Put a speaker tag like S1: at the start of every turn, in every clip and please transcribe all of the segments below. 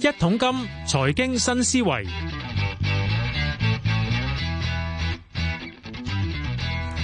S1: 一桶金財經新思維，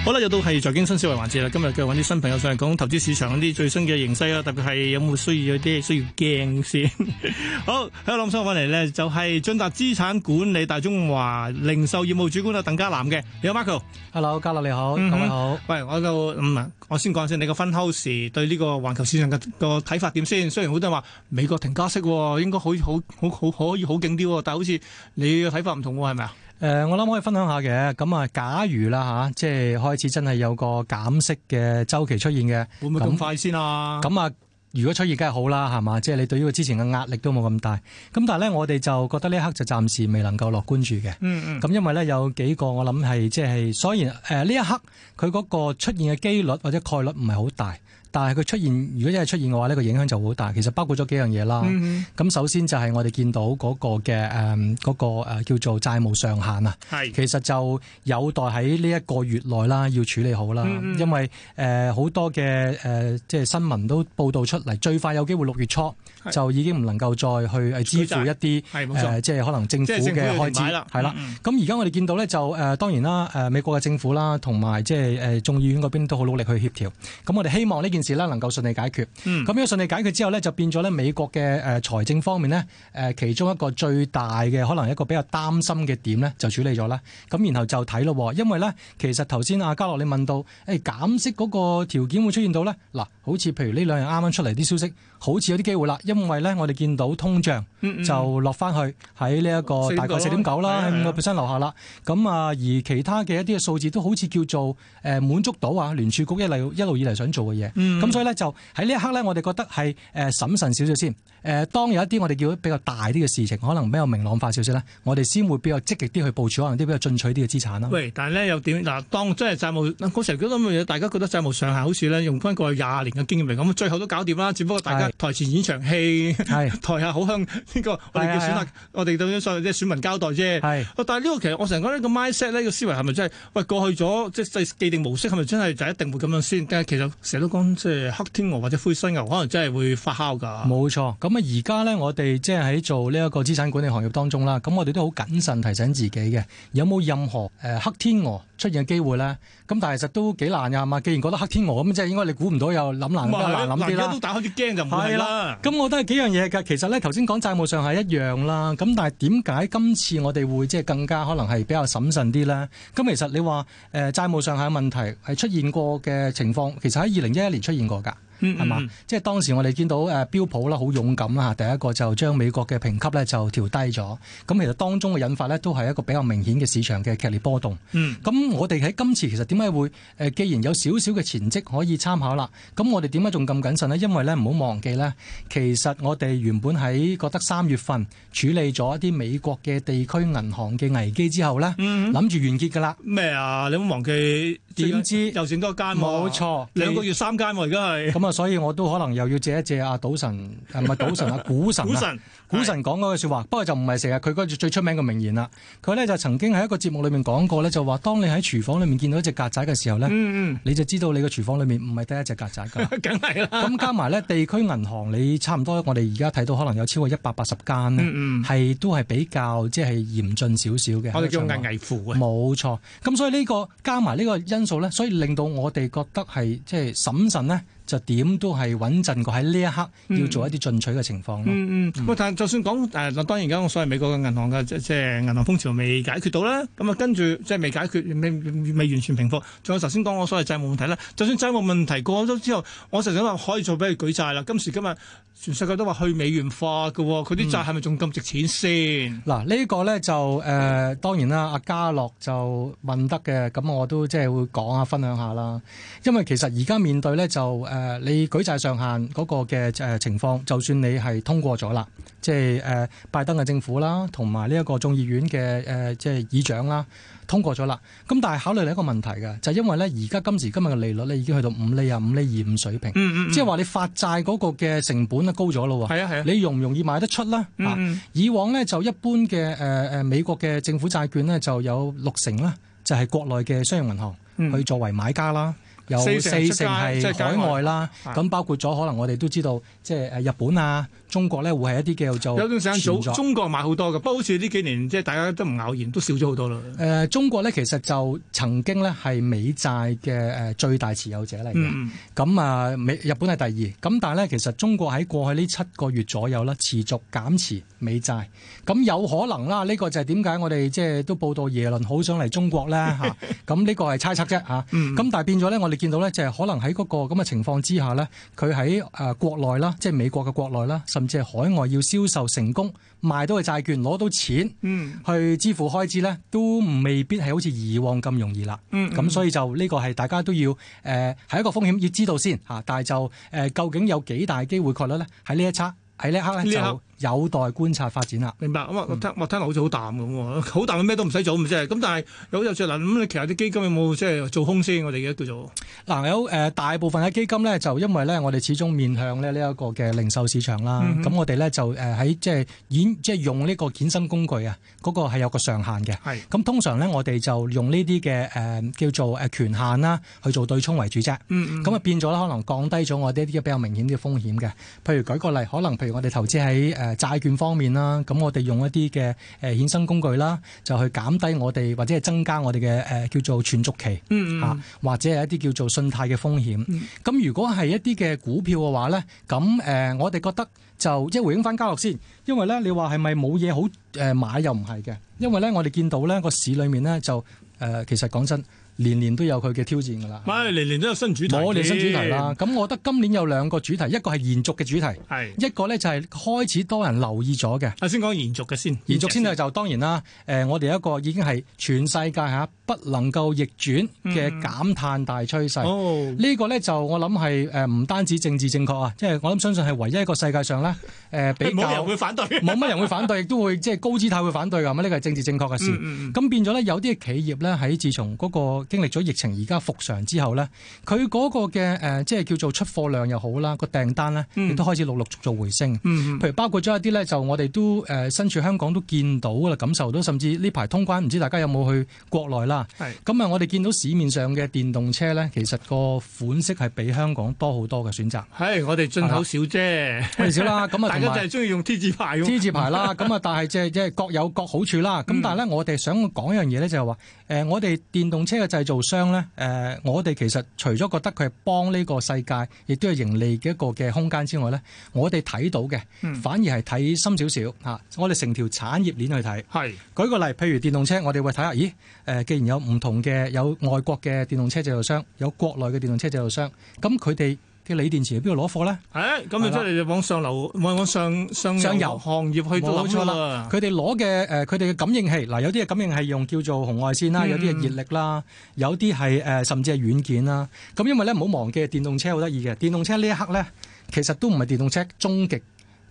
S2: 好啦，又到係財經新思維環節啦。今日嘅揾啲新朋友上嚟講投資市場嗰啲最新嘅形勢啦，啊特別係有冇需要有啲需要驚先。 好，喺度諗啊想揾嚟呢，就係進達資產管理大中華零售業務主管啊，鄧家南嘅。你好，Marco。
S3: Hello，嘉樂你好，
S2: 嗯哼
S3: 各位好。
S2: 喂，我就嗯啊，我先講先，你個分 house 對呢個環球市場嘅 個睇法點先？雖然好多人話美國停加息喎，應該好好好好可以好勁啲喎，但係好似你嘅睇法唔同喎，係咪啊？
S3: 誒、呃我諗可以分享下嘅。咁啊，假如啦吓、即係開始真係有個減息嘅周期出現嘅，
S2: 會唔會咁快先啊？
S3: 咁啊，如果出現梗係好啦，係嘛？即係你對於佢之前嘅壓力都冇咁大。咁但係咧，我哋就覺得呢一刻就暫時未能夠樂觀住嘅。
S2: 嗯嗯，
S3: 咁因為咧有幾個我諗係即係，雖然誒呢一刻佢嗰個出現嘅機率或者概率唔係好大，但係佢出現如果真係出現嘅話呢個影響就好大。其實包括咗幾樣嘢啦。
S2: 嗯
S3: 咁首先就係我哋見到嗰個嘅誒嗰個誒叫做債務上限啊，
S2: 哼，係。
S3: 其實就有待喺呢一個月內啦，要處理好啦，
S2: 嗯嗯
S3: 因為誒好、多嘅誒、呃即係新聞都報道出嚟，最快有機會六月初
S2: 係
S3: 就已經唔能夠再去誒支付一啲
S2: 係冇
S3: 誒、
S2: 錯，
S3: 即係可能政
S2: 即
S3: 府
S2: 係政府
S3: 嘅
S2: 要
S3: 開
S2: 嚟買
S3: 支
S2: 啦，
S3: 係啦。
S2: 嗯，
S3: 咁而家我哋見到咧就誒、呃、當然啦，誒、美國嘅政府啦，同埋即係誒眾議院嗰邊都好努力去協調。咁我哋希望呢件事咧能夠順利解決。
S2: 嗯
S3: 咁樣順利解決之後咧，就變咗咧美國嘅誒財政方面咧，誒其中一個最大嘅可能一個比較擔心嘅點咧，就處理咗啦。咁然後就睇咯喎，因為咧其實頭先阿嘉樂你問到，誒、減息嗰個條件會出現到咧，嗱，好似譬如呢兩日啱啱出嚟啲消息，好似有啲機會啦，因為咧我哋見到通脹
S2: 嗯嗯
S3: 就落翻去喺呢一個大概四點九啦，
S2: 4.9
S3: 喺
S2: 啦
S3: 五個 percent 樓下啦。咁啊，而其他嘅一啲嘅數字都好似叫做誒、呃、滿足到啊聯儲局一路一路以嚟想做嘅嘢。
S2: 嗯
S3: 咁、所以咧就喺呢一刻咧，我哋覺得係誒審慎少少先。誒、呃當有一啲我哋叫比較大啲嘅事情，可能比較明朗化少少咧，我哋先會比較積極啲去部署，可能啲比較進取啲嘅資產啦。
S2: 喂，但係咧又點嗱？當真係債務，嗰成日覺得咁嘅嘢，大家覺得債務上限好似咧用翻過去廿年嘅經驗嚟講，最後都搞掂啦。只不過大家
S3: 係
S2: 台前演場戲，
S3: 係
S2: 台下好香呢個我哋叫
S3: 係
S2: 選
S3: 啊係
S2: 客，我哋對啲所謂即係選民交代啫。
S3: 係。
S2: 哦但係呢個其實我成日覺得呢個 mindset 呢個思維係咪真係喂過去咗即係既定模式係咪真係就一定會咁樣先？但係其實成日都講即係黑天鵝或者灰犀牛，可能真係會發酵㗎。
S3: 冇錯，咁啊而家呢，我哋即係喺做呢一個資產管理行業當中啦，咁我哋都好謹慎提醒自己嘅，有冇任何誒、呃黑天鵝出現嘅機會呢？咁但係其實都幾難㗎嘛，既然覺得黑天鵝咁，即係應該你估唔到又諗難，
S2: 咁啊
S3: 難諗
S2: 嗱
S3: 啲
S2: 而家
S3: 啦
S2: 都。打開啲驚就唔係
S3: 係
S2: 啦。
S3: 咁我覺得係幾樣嘢㗎，其實咧頭先講債務上係一樣啦，咁但係點解今次我哋會即係更加可能係比較審慎啲咧？咁其實你話誒、呃、債務上限問題係出現過嘅情況，其實喺二零一一年出現過㗎。
S2: 嗯
S3: 係嘛？
S2: 嗯
S3: 即係當時我哋見到誒標普啦，好勇敢啊啦，第一個就將美國嘅評級咧就調低咗。咁其實當中嘅引發咧都係一個比較明顯嘅市場嘅劇烈波動。
S2: 嗯
S3: 咁我哋喺今次其實點解會誒？既然有少少嘅前績可以參考啦，咁我哋點解仲咁謹慎呢？因為咧唔好忘記咧，其實我哋原本喺覺得三月份處理咗一啲美國嘅地區銀行嘅危機之後咧，
S2: 嗯
S3: 諗住完結㗎啦。
S2: 咩啊？你唔好忘記
S3: 點知
S2: 又整多間喎
S3: 冇錯
S2: 兩個月三間喎，而家係
S3: 咁啊，所以我都可能又要借一借阿賭神，誒唔係賭 神啊，股神
S2: 股
S3: 啊。
S2: 神，
S3: 股神講嗰句說話，不過就唔係成日佢嗰句最出名嘅名言啦。佢咧就曾經喺一個節目裏面講過咧，就話當你喺廚房裏面見到一隻曱甴嘅時候咧，
S2: 嗯嗯
S3: 你就知道你個廚房裏面唔係得一隻曱甴 㗎啦。
S2: 梗係啦，
S3: 咁加埋咧，地區銀行你差唔多，我哋而家睇到可能有超過一百八十間咧，
S2: 嗯嗯，
S3: 係都係比較即係嚴峻少少嘅。
S2: 我哋叫
S3: 喺香港
S2: 危危乎啊，
S3: 冇錯，咁所以呢個加埋呢個因素咧，所以令到我哋覺得係即係審慎咧，就點都係穩陣過喺呢一刻要做一啲進取嘅情況咯。
S2: 嗯嗯，喂，但係就算講誒，嗱當然而家我所謂美國嘅銀行嘅即即係銀行風潮未解決到啦，咁啊跟住即係未解決，未未未完全平復，仲有頭先講我所謂債務問題啦，就算債務問題過咗之後，我實想話可以再俾佢舉債啦，今時今日全世界都話去美元化嘅喎，佢
S3: 嗯
S2: 啲債係咪仲咁值錢先？
S3: 嗱，呢個呢就誒、呃、當然啦，阿嘉樂就問得嘅，咁我都即係會講下分享下啦。因為其實而家面對呢，就誒、呃你舉債上限嗰個嘅誒、呃情況，就算你係通過咗啦，即係誒、呃拜登嘅政府啦，同埋呢一個眾議院嘅誒、呃即係議長啦。通過咗啦，咁但係考慮另一個問題嘅，就係因為呢，而家今時今日嘅利率呢已經去到五厘啊、五厘二五水平，
S2: 嗯嗯，
S3: 即係話你發債嗰個嘅成本咧高咗咯喎，
S2: 係啊係啊，
S3: 你容唔容易買得出呢？
S2: 嗯
S3: 啊
S2: 嗯
S3: 以往呢，就一般嘅誒誒美國嘅政府債券呢，就有六成啦，就係國內嘅商業銀行
S2: 嗯
S3: 去作為買家啦。有
S2: 四
S3: 四
S2: 成係出街
S3: 成
S2: 即
S3: 係
S2: 係
S3: 海
S2: 街外啊
S3: 外啦。
S2: 係
S3: 咁包括咗可能我哋都知道，即係誒日本啊、中國咧會係一啲叫做
S2: 有段時間
S3: 潛
S2: 早
S3: 在
S2: 中國買好多嘅，不過好似呢幾年即係大家都唔咬言，都少咗好多啦。
S3: 誒、呃中國咧其實就曾經咧係美債嘅誒、最大持有者嚟嘅，
S2: 嗯，
S3: 咁啊美日本係第二，咁但係咧其實中國喺過去呢七個月左右啦，持續減持美債，咁有可能啦，呢、個就係點解我哋即係都報道耶倫好想嚟中國咧嚇，咁呢個係猜測啫嚇，
S2: 嗯
S3: 咁但係變咗咧，我哋見到咧就係可能喺嗰個咁嘅情況之下咧，佢喺誒國內啦，即係美國嘅國內啦，甚至係海外要銷售成功賣到嘅債券攞到錢。
S2: 嗯
S3: 去支付開支咧，都未必係好似以往咁容易啦。
S2: 嗯
S3: 咁、所以就呢個係大家都要誒係、呃一個風險，要知道先嚇。但係就誒、究竟有幾大機會概率咧？喺呢一刻，喺呢一刻咧
S2: 呢一刻
S3: 就有待觀察發展啦。
S2: 明白咁啊！我
S3: 嗯
S2: 聽我聽落好似好淡咁喎， 好淡咩都唔使做咁啫。咁但係有有隻嗱咁，你其實啲基金有冇即係做空先？我哋而家叫做
S3: 嗱、有誒、呃大部分嘅基金咧，就因為咧我哋始終面向咧呢一個嘅零售市場啦。
S2: 嗯哼
S3: 咁、我哋咧就誒呃喺即係演即係用呢個衍生工具啊，嗰、個係有個上限嘅。
S2: 係
S3: 咁通常咧，我哋就用呢啲嘅誒叫做誒權限啦，去做對沖為主啫。
S2: 嗯
S3: 咁啊變咗啦，可能降低咗我哋一啲比較明顯嘅風險嘅。譬如舉個例，可能譬如我哋投資喺誒債券方面啦，咁我哋用一啲嘅誒衍生工具啦，就去減低我哋或者係增加我哋嘅誒叫做存續期。
S2: 嗯
S3: 啊
S2: 嗯，
S3: 或者係一啲叫做信貸嘅風險。
S2: 嗯
S3: 咁、如果係一啲嘅股票嘅話咧，咁誒、呃我哋覺得就即係回應翻家樂先，因為咧你話係咪冇嘢好誒、呃、買又唔係嘅，因為咧我哋見到咧個市裡面咧就誒、呃其實講真，年年都有佢嘅挑戰㗎啦。
S2: 咪年年都有新主題，
S3: 我哋新主題啦，，咁我覺得今年有兩個主題，一個係延續嘅主題，
S2: 係
S3: 一個咧就係開始多人留意咗嘅。
S2: 啊，先講延續嘅先，
S3: 延續先啊就就當然啦，誒、我哋有一個已經係全世界嚇不能夠逆轉嘅
S2: 嗯
S3: 減碳大趨勢。
S2: 哦，
S3: 呢個咧就我諗係誒唔單止政治正確啊，即係我諗相信係唯一一個世界上咧誒、呃比
S2: 冇
S3: 較
S2: 人會反對，
S3: 冇乜人會反對，亦都會即係高姿態會反對㗎嘛。呢個係政治正確嘅事。
S2: 嗯嗯
S3: 咁變咗咧，有啲企業咧喺自從嗰個經歷咗疫情而家復常之後咧，佢嗰個嘅誒、呃即係叫做出貨量又好啦，個訂單咧
S2: 嗯
S3: 亦都開始陸陸續續回升。
S2: 嗯嗯
S3: 譬如包括咗一啲咧，就我哋都誒、呃身處香港都見到啦，感受到，甚至呢排通關，唔知大家有冇去國內啦？
S2: 係
S3: 咁啊，我哋見到市面上嘅電動車咧，其實個款式係比香港多好多 嘅選擇，
S2: 係我哋進口少啫，
S3: 我哋少啦。咁啊，
S2: 大家
S3: 同
S2: 就
S3: 埋
S2: 係。中意用 T 字牌喎
S3: T 字 牌啦，咁啊，但係即係即係各有各好處啦。咁
S2: 嗯
S3: 但係咧，我哋想講一樣嘢咧，就係話，誒，我哋電動車嘅製造商咧，誒，我哋其實除咗覺得佢係幫呢個世界，亦都有盈利嘅一個嘅空間之外咧，我哋睇到嘅
S2: 嗯
S3: 反而係睇深少少嚇。我哋成條產業鏈去睇。
S2: 係
S3: 舉個例，譬如電動車，我哋會睇下，咦？誒、呃既然有唔同嘅有外國嘅電動車製造商，有國內嘅電動車製造商，咁佢哋嘅鋰電池喺邊度攞貨咧？
S2: 誒，咁你
S3: 係啦
S2: 即係往上流，往往上上
S3: 上
S2: 游
S3: 游
S2: 行業去到
S3: 冇錯
S2: 諗
S3: 啦
S2: 啦，
S3: 啊佢哋攞嘅誒，佢哋嘅感應器嗱，有啲嘅感應器用叫做紅外線啦，
S2: 嗯
S3: 有啲係熱力啦，有啲係誒甚至係軟件啦。咁因為咧唔好忘記，電動車好得意嘅，電動車呢一刻咧，其實都唔係電動車終極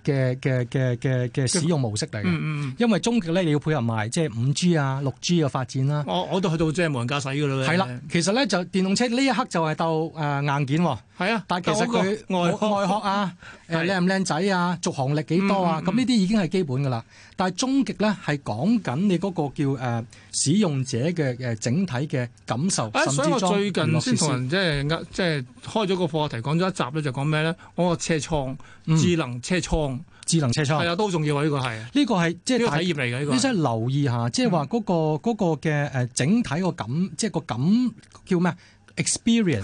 S3: 嘅嘅嘅嘅嘅使用模式嚟嘅，
S2: 嗯嗯，
S3: 因為終極咧你要配合埋即係五 G 啊、六 G 嘅發展啦。
S2: 嗯我我都去到即係無人駕駛噶啦，
S3: 係啦，其實咧就電動車呢一刻就係鬥呃誒硬件喎，
S2: 係啊，
S3: 但係其實佢
S2: 外殼
S3: 外殼啊，誒
S2: 係
S3: 靚唔靚仔啊，續航力幾多
S2: 嗯
S3: 啊
S2: 嗯，嗯
S3: 咁呢啲已經係基本㗎啦。但係終極咧係講緊你嗰個叫誒、呃使用者嘅誒整體嘅感受，
S2: 啊！
S3: 甚
S2: 所以
S3: 至
S2: 我
S3: 裝
S2: 最
S3: 娛樂
S2: 近先
S3: 設
S2: 同
S3: 施。
S2: 人即係呃即係開咗個課題，講咗一集咧，就講咩咧？我個車窗、
S3: 嗯
S2: 智能車窗，
S3: 智能車
S2: 係
S3: 窗
S2: 啊，都好重要啊！呢個係呢
S3: 呢個係即
S2: 個
S3: 係大
S2: 體驗嚟嘅呢嗯個
S3: 呢真係留意下，即係話嗰個嗰個嘅誒整體個感，即係個感叫咩啊experience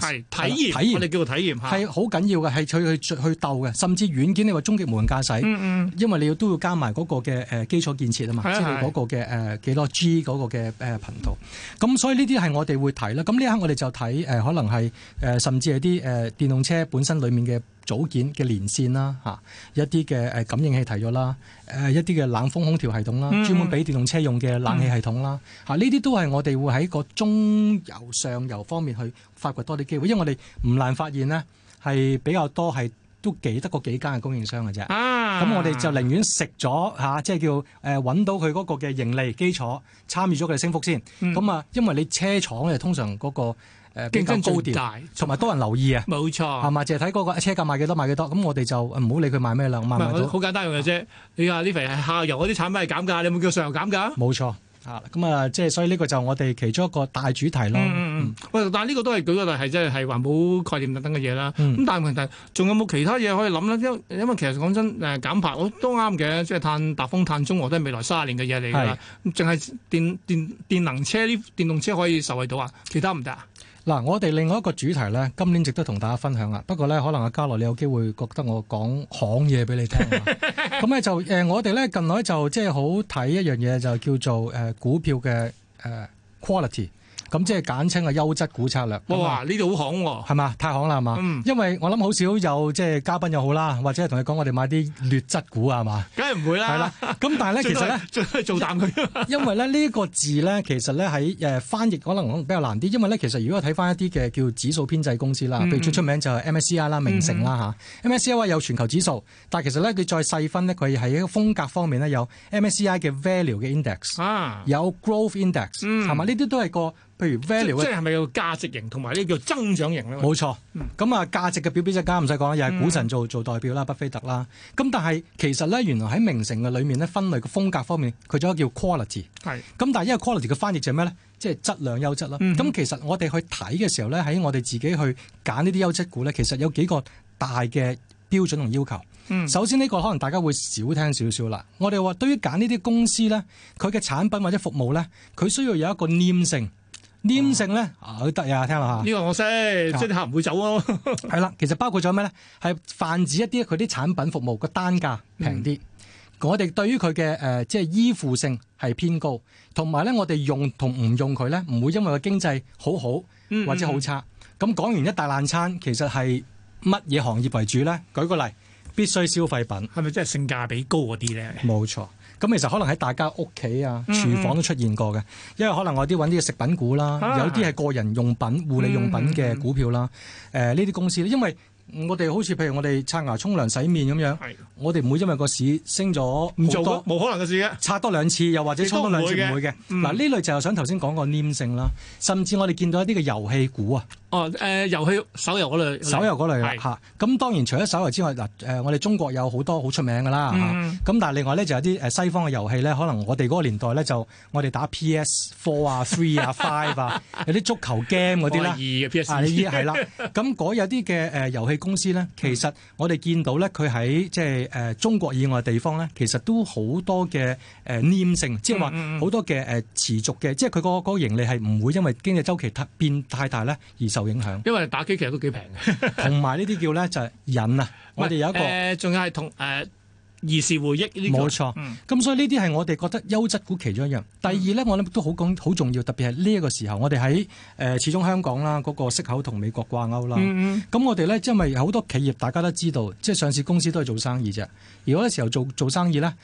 S2: 係
S3: 係啦
S2: 體
S3: 體
S2: 驗，
S3: 驗
S2: 我哋叫做體驗嚇。
S3: 係好啊緊要嘅，係佢去去鬥嘅，甚至軟件你話終極無人駕駛。
S2: 嗯嗯，
S3: 因為你要都要加埋嗰個嘅誒基礎建設啊嘛，
S2: 係啊
S3: 即係
S2: 係
S3: 嗰個嘅誒幾多 G 嗰個嘅誒頻道，咁所以呢啲係我哋會睇啦。咁呢一刻我哋就睇誒、呃可能係誒、呃甚至係啲誒電動車本身裡面嘅組件嘅連線啦嚇、一啲嘅誒感應器提咗啦，誒、一啲嘅冷風空調系統啦，
S2: 嗯
S3: 專門俾電動車用嘅冷氣系統啦嚇，呢啲、都係我哋會喺個中游上游方面去發掘多啲機會，因為我哋唔難發現呢係比較多係都幾得嗰幾間嘅供應商嘅啫。
S2: 啊，
S3: 咁我哋就寧願食咗嚇，即係叫誒揾到佢嗰個嘅盈利基礎，參與咗佢嘅升幅先。
S2: 嗯
S3: 咁啊，因為你車廠咧通常嗰個誒比
S2: 競
S3: 較
S2: 爭
S3: 高
S2: 最
S3: 調，
S2: 大，哦
S3: 同埋多人留意啊，
S2: 冇
S3: 係
S2: 錯。
S3: 嘛？淨係睇嗰個車價賣幾多賣幾多，咁我哋就唔好理佢賣咩啦，
S2: 唔
S3: 賣
S2: 係
S3: 賣
S2: 好
S3: 到
S2: 好簡單用嘅啫。你話呢份係下游嗰啲產品係減價，你有冇叫上游減價？
S3: 冇錯。啊，咁啊，即係所以呢個就我哋其中一個大主題
S2: 嗯
S3: 咯。
S2: 嗯嗯，喂，但係呢個都係舉個例係即係係環保概念等等嘅嘢啦。咁、
S3: 嗯
S2: 但係問題仲有冇其他嘢可以諗咧？因因為其實講真誒減排我都啱嘅，即係碳達峰、碳中和都係未來三十年嘅嘢嚟㗎啦。咁淨係電電電能車呢電動車可以受惠到啊，其他唔得啊？
S3: 嗱，我哋另外一個主題咧，今年值得同大家分享啊。不過咧，可能阿嘉樂你有機會覺得我講行嘢俾你聽 啊。咁咧就誒、呃我哋咧近來就即係好睇一樣嘢，就叫做誒、呃股票嘅誒、呃 quality，咁即係簡稱嘅優質股策略。咁啊
S2: 哇！呢度好行喎、
S3: 係嘛？太行啦，係嘛？
S2: 嗯
S3: 因為我諗好少有即係嘉賓又好啦，或者係同你講我哋買啲劣質股啊係嘛？
S2: 梗係唔會啦。
S3: 係啦，咁但係咧其
S2: 最多
S3: 實咧
S2: 係，。最多係做淡 佢。
S3: 因為咧呢個字咧，其實咧喺誒翻譯可能比較難啲，因為咧其實如果睇翻一啲嘅叫指數編製公司啦，
S2: 嗯
S3: 譬如最出名就係 MSCI 啦、明城啦啊嚇，MSCI 有全球指數，但係其實咧佢再細分咧，佢係一個風格方面咧有 MSCI 嘅 value 嘅 index，
S2: 啊！
S3: 有 growth index，係嘛？呢啲都係個譬如
S2: 即
S3: value
S2: 嗯
S3: 嘅
S2: 即。係咪叫價值型同埋呢個叫增長型咧？
S3: 啊冇錯，咁啊價值嘅表表者家唔使講啦，又係股神
S2: 嗯
S3: 做做代表啦，巴菲特啦。咁但係其實咧，原來喺名城嘅裏面咧，分類嘅風格方面，佢仲有一個叫 quality。
S2: 係
S3: 咁但係因為 quality 嘅翻譯就係咩咧？即係質量優質啦。咁、其實我哋去睇嘅時候咧，喺我哋自己去揀呢啲優質股咧，其實有幾個大嘅標準同要求。
S2: 嗯
S3: 首先呢個可能大家會少聽少少啦。我哋話對於揀呢啲公司咧，佢嘅產品或者服務咧，佢需要有一個黏性。黏性咧啊，好得呀，聽落嚇。
S2: 呢個我識，即係啲客唔會走咯。
S3: 係啦，其實包括咗咩咧？係泛指一啲佢啲產品服務個單價
S2: 嗯
S3: 平啲。我哋對於佢嘅誒即係依附性係偏高，同埋咧我哋用同唔用佢咧，唔會因為個經濟好好
S2: 嗯
S3: 或者好差。咁講完一大爛餐，其實係乜嘢行業為主咧？舉個例，必須消費品，
S2: 係咪真係性價比高嗰啲咧？
S3: 冇錯。咁其實可能喺大家屋企啊、
S2: 嗯
S3: 廚房都出現過嘅，因為可能我啲揾啲食品股啦，
S2: 啊嗯
S3: 有啲係個人用品、護理用品嘅股票啦。誒呢啲公司咧，因為我哋好似譬如我哋刷牙、沖涼、洗面咁樣，
S2: 係
S3: 我哋唔會因為個市升咗
S2: 唔
S3: 好
S2: 做啊
S3: 多
S2: 過，冇可能嘅事嘅。
S3: 刷多兩次，又或者沖多兩次唔會嘅。
S2: 嗯
S3: 嗱呢類就係想頭先講個黏性啦，甚至我哋見到一啲嘅遊戲股啊。
S2: 哦，誒遊戲手遊嗰類，
S3: 手遊嗰類啦
S2: 係
S3: 嚇。咁當然除咗手遊之外，嗱誒，我哋中國有好多好出名㗎啦
S2: 嗯
S3: 嚇。咁但係另外咧就有啲誒西方嘅遊戲咧，可能我哋嗰個年代咧就我哋打 PS Four 啊、Three 啊、Five 啊，有啲足球 game 嗰啲
S2: 我係
S3: 啦
S2: 二。嘅
S3: 啊，
S2: PS
S3: 你係啦，咁嗰有啲嘅誒遊戲公司咧，其
S2: 嗯
S3: 實我哋見到咧，佢喺即係誒中國以外地方咧，其實都好多嘅誒黏性，即係
S2: 嗯
S3: 話好多嘅誒持續嘅，即係佢個嗰個盈利係唔會因為經濟周期太變太大咧而受影響。
S2: 因為打機其實都幾平嘅。
S3: 同埋呢啲叫咧就係癮啊！ 我哋有一個
S2: 誒，仲有係同誒兒時回憶呢個
S3: 冇錯，
S2: 嗯
S3: 咁所以呢啲係我哋覺得優質股其中一樣。第二咧，我諗都好講好重要，特別係呢一個時候，我哋喺誒始終香港啦，嗰個息口同美國掛鈎啦。
S2: 嗯
S3: 咁我哋咧，因為好多企業大家都知道，即係上市公司都係做生意啫。而嗰啲時候做做生意咧，誒、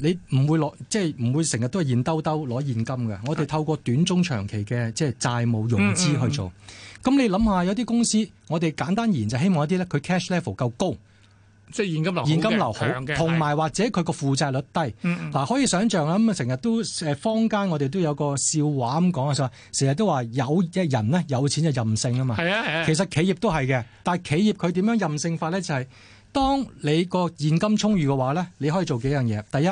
S3: 你唔會攞，即係唔會成日都係現兜兜攞現金嘅。我
S2: 啊
S3: 哋透過短中長期嘅即係債務融資去做。
S2: 嗯
S3: 咁、你諗下，有啲公司，我哋簡單而言就希望一啲咧，佢 cash level 夠高。
S2: 即係現金流好嘅，
S3: 現金流好
S2: 強，嘅啊
S3: 同埋或者佢個負債率低。
S2: 嗯嗯
S3: 嗱，可以想象啦，咁啊成日都誒坊間我哋都有個笑話咁講啊，就話成日都話有嘅人咧有錢就任性啊嘛。
S2: 係啊係啊，
S3: 其實企業都係嘅，但係企業佢點樣任性法咧？就係、當你個現金充裕嘅話咧，你可以做幾樣嘢。第一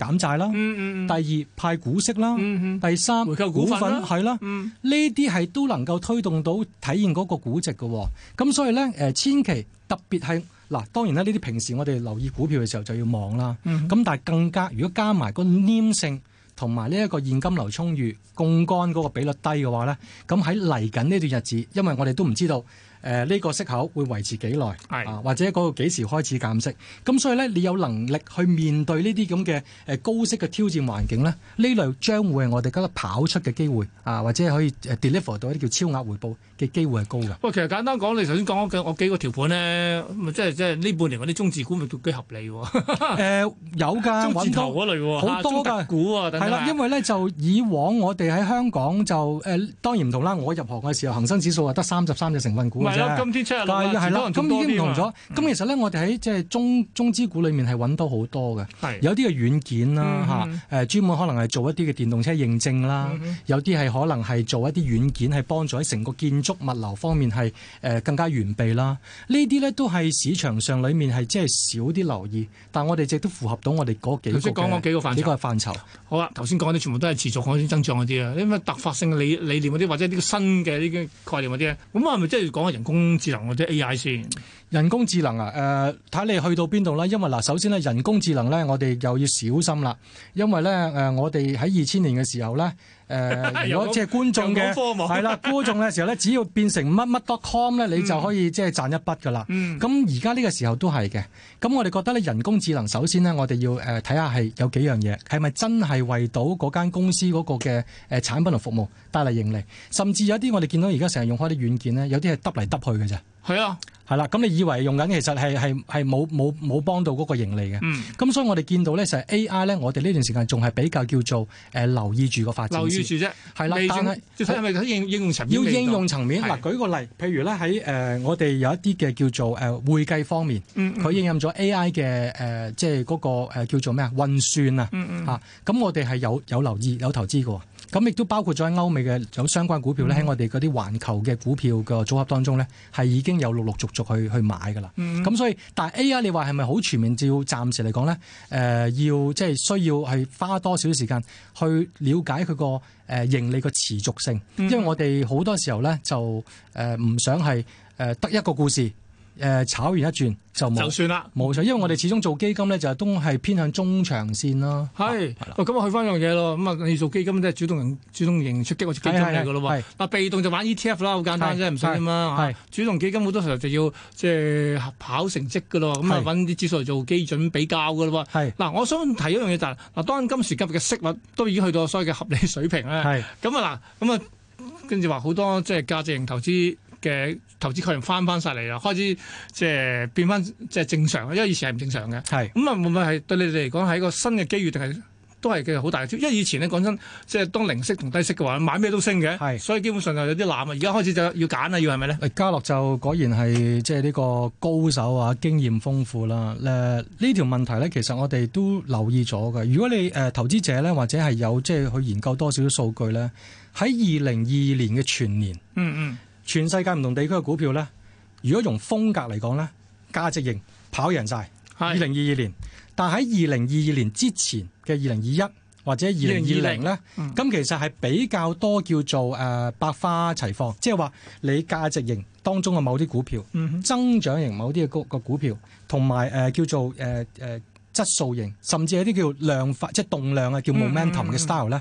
S3: 減債啦，
S2: 嗯嗯嗯
S3: 第二派股息啦，
S2: 嗯嗯
S3: 第三
S2: 回購股份啦
S3: 係啦。
S2: 嗯，
S3: 呢啲係都能夠推動到體現嗰個估值嘅喎、咁所以咧誒、千祈特別係嗱，當然啦，呢啲平時我哋留意股票嘅時候就要望啦。咁、
S2: 嗯
S3: 但係更加，如果加埋個黏性同埋呢一個現金流充裕、槓桿嗰個比率低嘅話咧，咁喺嚟緊呢段日子，因為我哋都唔知道。呃誒呢、個息口會維持幾耐
S2: 係
S3: 啊？或者嗰個幾時開始減息？咁所以咧，你有能力去面對呢啲咁嘅誒高息嘅挑戰環境咧，呢類將會係我哋覺得跑出嘅機會啊，或者可以誒 deliver 到一啲叫超額回報嘅機會係高嘅。
S2: 喂，其實簡單講，你頭先講嗰幾我幾個條款咧，咁啊即係即係呢半年嗰啲中字股咪都幾合理喎，
S3: 誒、呃有
S2: 中
S3: 㗎，
S2: 字
S3: 揾
S2: 頭啊
S3: 啊到
S2: 嗰類喎，
S3: 好多
S2: 中特
S3: 㗎
S2: 股啊等
S3: 係
S2: 等
S3: 啦，
S2: 啊，
S3: 因為咧就以呃往我哋喺香港就誒、當然唔同啦，我入行嘅時候恒生指數啊得三十三隻成分股
S2: 咪
S3: 嘅
S2: 咪係咯，
S3: 啫。
S2: 今天七日六
S3: 但
S2: 啊，
S3: 係係
S2: 前
S3: 啦
S2: 多，人啊仲
S3: 咁
S2: 多
S3: 已經
S2: 啲
S3: 唔同
S2: 嘛
S3: 咗。咁其實咧，我哋喺即係中中資股裏面係揾到好多嘅，
S2: 係
S3: 有啲嘅軟件啦嚇，誒、呃
S2: 嗯
S3: 專門可能係做一啲嘅電動車認證啦，有啲係可能係做一啲軟件係幫助喺成個建築物流方面係誒、呃更加完備啦。呢啲咧都係市場上裡面係即係少啲留意，但我哋亦都符合到我哋嗰幾個
S2: 頭先講嗰幾個範疇
S3: 幾個範疇。
S2: 好啊，頭先講嗰啲全部都係持續嗰啲增長嗰啲啊，因為突發性嘅理理念嗰啲，或者呢個新嘅呢個概念嗰啲咧，咁啊，係咪即係講下人工智能或者 AI 先？
S3: 人工智能啊，誒、睇你去到邊度啦。因為嗱，首先咧，人工智能咧，我哋又要小心啦。因為咧，誒、我哋喺二千年嘅時候咧，誒、如
S2: 又
S3: 果
S2: 講
S3: 即係觀眾嘅
S2: 又講科網
S3: 係啦，觀眾嘅時候咧，只要變成乜乜 dot com 咧，你就可以即係賺一筆噶啦。
S2: 嗯
S3: 咁而家呢個時候都係嘅。咁我哋覺得咧，人工智能首先咧，我哋要誒睇下係有幾樣嘢，係咪真係為到嗰間公司嗰個嘅誒產品同服務帶嚟盈利？甚至有一啲我哋見到而家成日用開啲軟件咧，有啲係揼嚟揼去嘅啫。
S2: 係啊，
S3: 係啦，咁你以為用緊，其實係係係冇冇冇幫到嗰個盈利嘅。
S2: 嗯，
S3: 咁所以我哋見到咧，就係 AI 咧，我哋呢段時間仲係比較叫做誒、呃留意住個發展
S2: 留意
S3: 先。
S2: 住啫，
S3: 係啦
S2: 未
S3: 但
S2: 轉
S3: 係
S2: 即係睇係咪喺應應用層面
S3: 要
S2: 未到
S3: 應用層面
S2: 係
S3: 嗱，舉個例，譬如咧喺誒我哋有一啲嘅叫做誒、呃、會計方面，
S2: 嗯
S3: 佢應用咗 AI 嘅誒即係嗰個、呃、叫做咩啊運算啊
S2: 嗯
S3: 嚇，咁我哋係有有留意有投資嘅喎。咁亦都包括咗喺歐美嘅有相關股票咧，
S2: 嗯
S3: 喺我哋嗰啲環球嘅股票嘅組合當中咧，係已經有陸陸續續去去買㗎啦。
S2: 嗯
S3: 咁所以，但係 AI 你話係咪好全面？照暫時嚟講咧，誒、要即係需要係花多少時間去了解佢個誒盈利個持續性，
S2: 嗯
S3: 因為我哋好多時候咧就誒唔想係誒得一個故事誒、炒完一轉就
S2: 就
S3: 冇啊
S2: 算啦。
S3: 冇錯，因為我哋始終做基金咧就係都係偏向中長線啦。
S2: 係，喂咁啊去翻樣嘢咯，咁啊你做基金即係主動型、主動型出擊或者基金嚟噶咯
S3: 係係
S2: 喎
S3: 係，
S2: 嗱被動就玩 ETF 啦，好簡單啫，
S3: 係
S2: 唔使啊咁啦
S3: 係
S2: 主動基金好多時候就要即係跑成績噶咯，咁啊
S3: 係
S2: 揾啲指數嚟做基準比較噶咯喎。
S3: 係
S2: 嗱，我想提一樣嘢就係、嗱，當然今時今日嘅息率都已經去到所謂嘅合理水平啦。
S3: 係
S2: 咁啊嗱，咁啊跟住話好多即係價值型投資嘅投資概念翻翻晒嚟啦，開始即係變翻即係正常，因為以前係唔正常嘅。
S3: 係
S2: 咁啊，會唔會係對你哋嚟講係一個新嘅機遇，定係都係嘅好大嘅挑戰？因為以前咧講真，即係當零息同低息嘅話，買咩都升嘅，
S3: 係
S2: 所以基本上就有啲濫啊。而家開始就要揀啊啦，要係咪咧？
S3: 誒家樂就果然係即係呢個高手啊，經驗豐富啦。誒呢條問題咧，其實我哋都留意咗嘅。如果你誒、呃投資者咧，或者係有即係去研究多少少數據咧，喺二零二二年嘅全年，
S2: 嗯嗯，
S3: 全世界唔同地區嘅股票咧，如果用風格嚟講咧，價值型跑贏晒。二
S2: 係
S3: 零二二年，但喺二零二二年之前嘅二零二一或者二零二
S2: 2020
S3: 零咧，
S2: 嗯
S3: 咁其實係比較多叫做誒、呃百花齊放，即係話你價值型當中嘅某啲股票，
S2: 嗯哼
S3: 增長型某啲嘅個個股票，同埋誒叫做誒誒、呃、質素型，甚至有啲叫量化即係動量啊，叫
S2: 嗯嗯
S3: momentum 嘅 style 咧，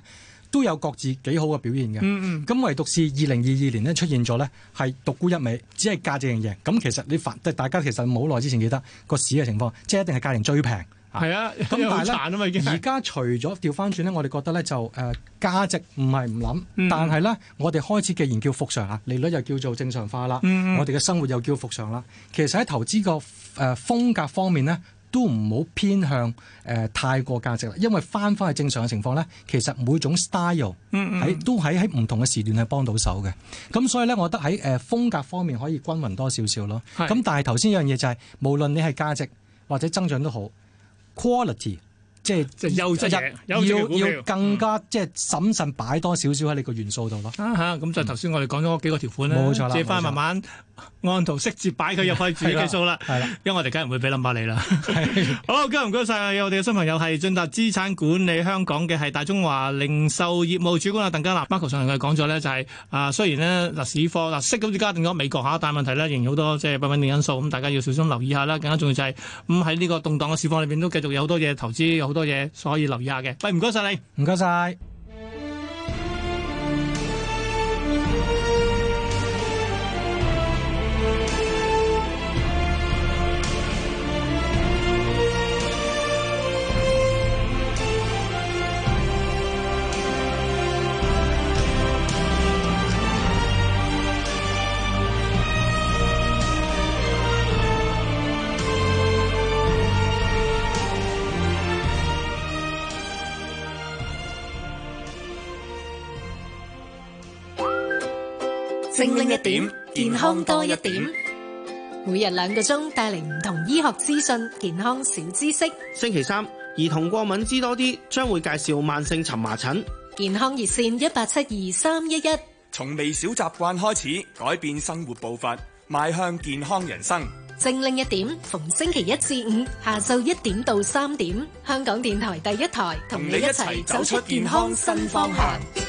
S3: 都有各自幾好嘅表現嘅。
S2: 嗯嗯。
S3: 咁唯獨是二零二二年咧出現咗咧，係獨沽一味，只係價值型贏。咁其實你反，即係大家其實冇耐之前記得個市嘅情況，即係一定係價錢最平。
S2: 係啊，咁
S3: 但係咧
S2: 好殘啊嘛已經係。
S3: 而家除咗調翻轉咧，我哋覺得咧就誒、呃、價值唔係唔諗，
S2: 嗯
S3: 但係咧我哋開始既然叫復常啦，利率又叫做正常化啦，
S2: 嗯嗯
S3: 我哋嘅生活又叫復常啦。其實喺投資個誒、呃、風格方面咧，都唔好偏向誒、呃太過價值啦，因為翻翻去正常嘅情況咧，其實每種 style
S2: 嗯
S3: 喺都喺喺唔同嘅時段係幫到手嘅。咁所以咧，我覺得喺誒、呃、風格方面可以均勻多少少咯。
S2: 係
S3: 咁但係頭先一樣嘢就係、無論你係價值或者增長都好，quality 即係
S2: 即係優質嘢優質嘅股票嗯
S3: 要要更加即係審慎擺多少少喺你個元素度咯。
S2: 啊嚇，咁就頭先我哋講咗嗰幾個條款啦，
S3: 冇錯啦
S2: 借翻
S3: 冇錯
S2: 慢慢按圖識字擺佢入去自己計數啦，
S3: 係啦，
S2: 因為我哋梗係唔會俾 number 你啦。 好，今日唔該晒我哋嘅新朋友係進達資產管理香港嘅係大中華零售業務主管啊鄧家立 Marco 上嚟佢講咗咧就係、啊雖然咧嗱市況嗱息好似加定咗美國嚇，但係問題咧仍然好多即係不穩定因素，咁大家要小心留意下啦。更加重要就係咁喺呢個動盪嘅市況裏邊都繼續有好多嘢投資，有好多嘢所以留意下嘅。喂，唔該晒你。
S3: 唔該晒。
S4: 精靈一點，健康多一點。每日兩個鐘帶嚟唔同醫學資訊、健康小知識。
S5: 星期三，兒童過敏知多啲，將會介紹慢性蕁麻疹。
S4: 健康熱線一八七二三一一。
S6: 從微小習慣開始，改變生活步伐，邁向健康人生。
S4: 正令一點，逢星期一至五下晝一點到三點，香港電台第一台同你一齊走出健康新方向。